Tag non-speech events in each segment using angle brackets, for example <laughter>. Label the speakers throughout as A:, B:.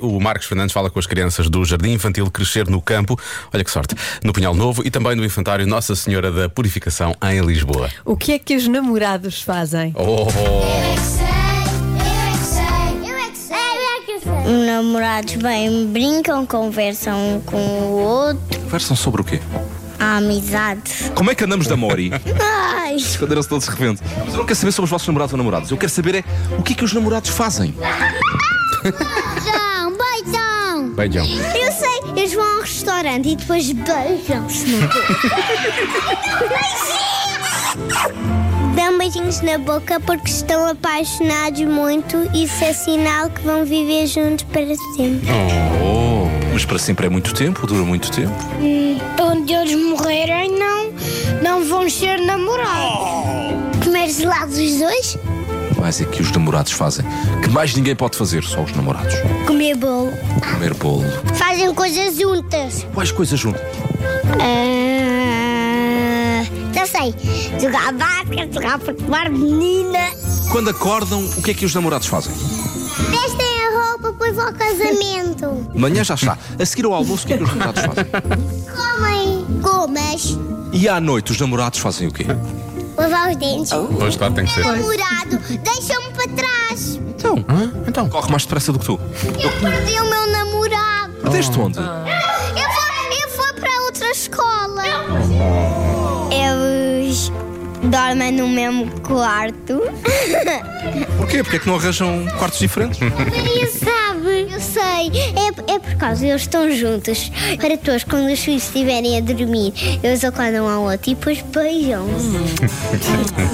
A: O Marcos Fernandes fala com as crianças do Jardim Infantil Crescer no Campo. Olha que sorte. No Pinhal Novo e também no Infantário Nossa Senhora da Purificação em Lisboa.
B: O que é que os namorados fazem?
A: Oh, oh.
C: Namorados bem Um brincam, conversam um com o outro.
D: Conversam sobre o quê?
C: A amizade.
D: Como é que andamos da <laughs> Mori?
C: Ai,
D: Esconderam-se todos de repente. Mas eu não quero saber sobre os vossos namorados ou namoradas. Eu quero saber é o que é que os namorados fazem.
C: beijão, beijão.
A: Beijão.
C: Eu sei, eles vão ao restaurante e depois beijam-se na boca. Dão beijinhos na boca porque estão apaixonados muito. Isso é sinal que vão viver juntos para sempre.
D: Oh, mas para sempre é muito tempo, dura muito tempo.
C: Onde eles morrerem, não, não vão ser namorados. Comer gelados os dois?
D: Mas é que os namorados fazem que mais ninguém pode fazer, só os namorados.
C: Comer bolo.
D: Comer bolo.
C: Fazem coisas juntas.
D: Quais coisas juntas?
C: Ah, já sei. Jogar basquete, jogar futebol, menina.
D: Quando acordam, o que é que os namorados fazem?
C: Vestem a roupa, pois ao casamento.
D: De Manhã já está. A seguir ao almoço, o que é que os namorados fazem?
C: Comem. Comas.
D: E à noite, os namorados fazem o quê?
C: Lavar os dentes.
A: Hoje claro, tem que ser.
C: Namorado, deixa-me para trás.
D: Então, então. Corre mais depressa do que tu.
C: Eu perdi o meu namorado.
D: Perdeste onde?
C: Eu fui, eu fui para outra escola. Eles dormem no mesmo quarto.
D: Porquê? Porque é que não arranjam quartos diferentes?
C: Maria sabe. Eu sei. É, é por causa eles estão juntos. Para todos, quando os filhos estiverem a dormir, eles acordam ao outro e depois beijam-se.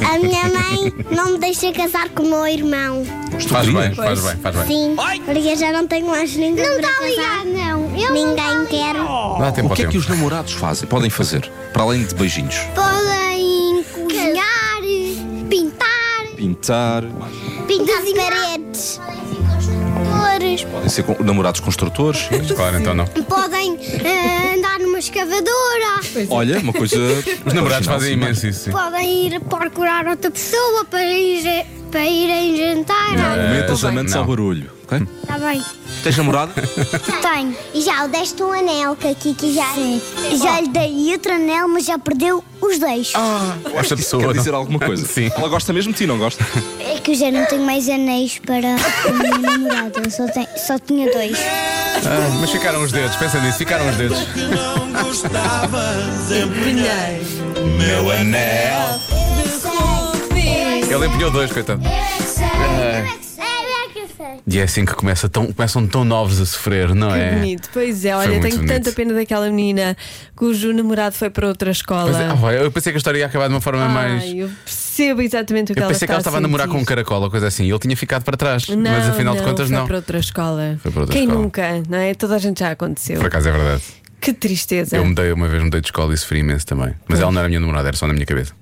C: a minha mãe não me deixa casar com o meu irmão.
A: Faz bem, faz bem, faz bem.
C: Sim. Porque eu já não tenho mais ninguém. Não está ligado, não. ninguém quer.
A: Dá tempo
D: O
A: ao
D: que é que
A: tempo.
D: os namorados fazem? Podem fazer? Para além de beijinhos.
C: Podem cozinhar, pintar,
D: Pintar.
C: pintar as paredes. Cores.
D: Podem ser com- namorados construtores.
A: Claro, então não.
C: Podem eh, andar numa escavadora.
D: <laughs> Olha, uma coisa.
A: Os namorados fazem imenso isso. sim.
C: Podem ir procurar outra pessoa para ir para irem jantar.
D: Aumenta os
A: Eh,
D: amantes
A: não.
D: ao barulho, ok?
C: Está bem.
D: Tens <laughs> namorada?
C: Tenho. E já o deste um anel que aqui que já. Sim. Já lhe dei outro anel, mas já perdeu os dois.
D: Ah.
A: Esta pessoa.
D: Quer
A: não.
D: dizer alguma coisa?
A: Sim.
D: Ela gosta mesmo de ti, não gosta?
C: É que eu já não tenho mais anéis para o meu namorado. Eu só, tenho, só tinha dois.
A: Ah, mas ficaram os dedos, pensa nisso, ficaram os dedos.
E: que não gostavas, empenhei. Meu anel.
A: Ele empenhou dois, coitado.
C: Ai.
A: E é assim que começa tão, começam tão novos a sofrer, não
B: Que
A: é?
B: bonito, pois é, olha,
A: muito
B: tenho
A: bonito.
B: tanta pena daquela menina cujo namorado foi para outra escola.
A: Pois é, ah, vai, eu pensei que a história ia acabar de uma forma
B: Ai,
A: mais.
B: eu percebo exatamente o que
A: Eu
B: ela
A: pensei que
B: está
A: ela estava a namorar com um
B: sentir.
A: caracol ou coisa assim. e Ele tinha ficado para trás. mas
B: Não,
A: afinal de
B: não,
A: contas,
B: foi
A: não.
B: Para outra escola.
A: Foi para outra
B: Quem
A: escola.
B: nunca, não é? Toda a gente já aconteceu.
A: Por acaso é verdade.
B: Que tristeza.
A: Eu mudei uma vez, mudei de escola e sofri imenso também. Mas ela não era a minha namorada, era só na minha cabeça.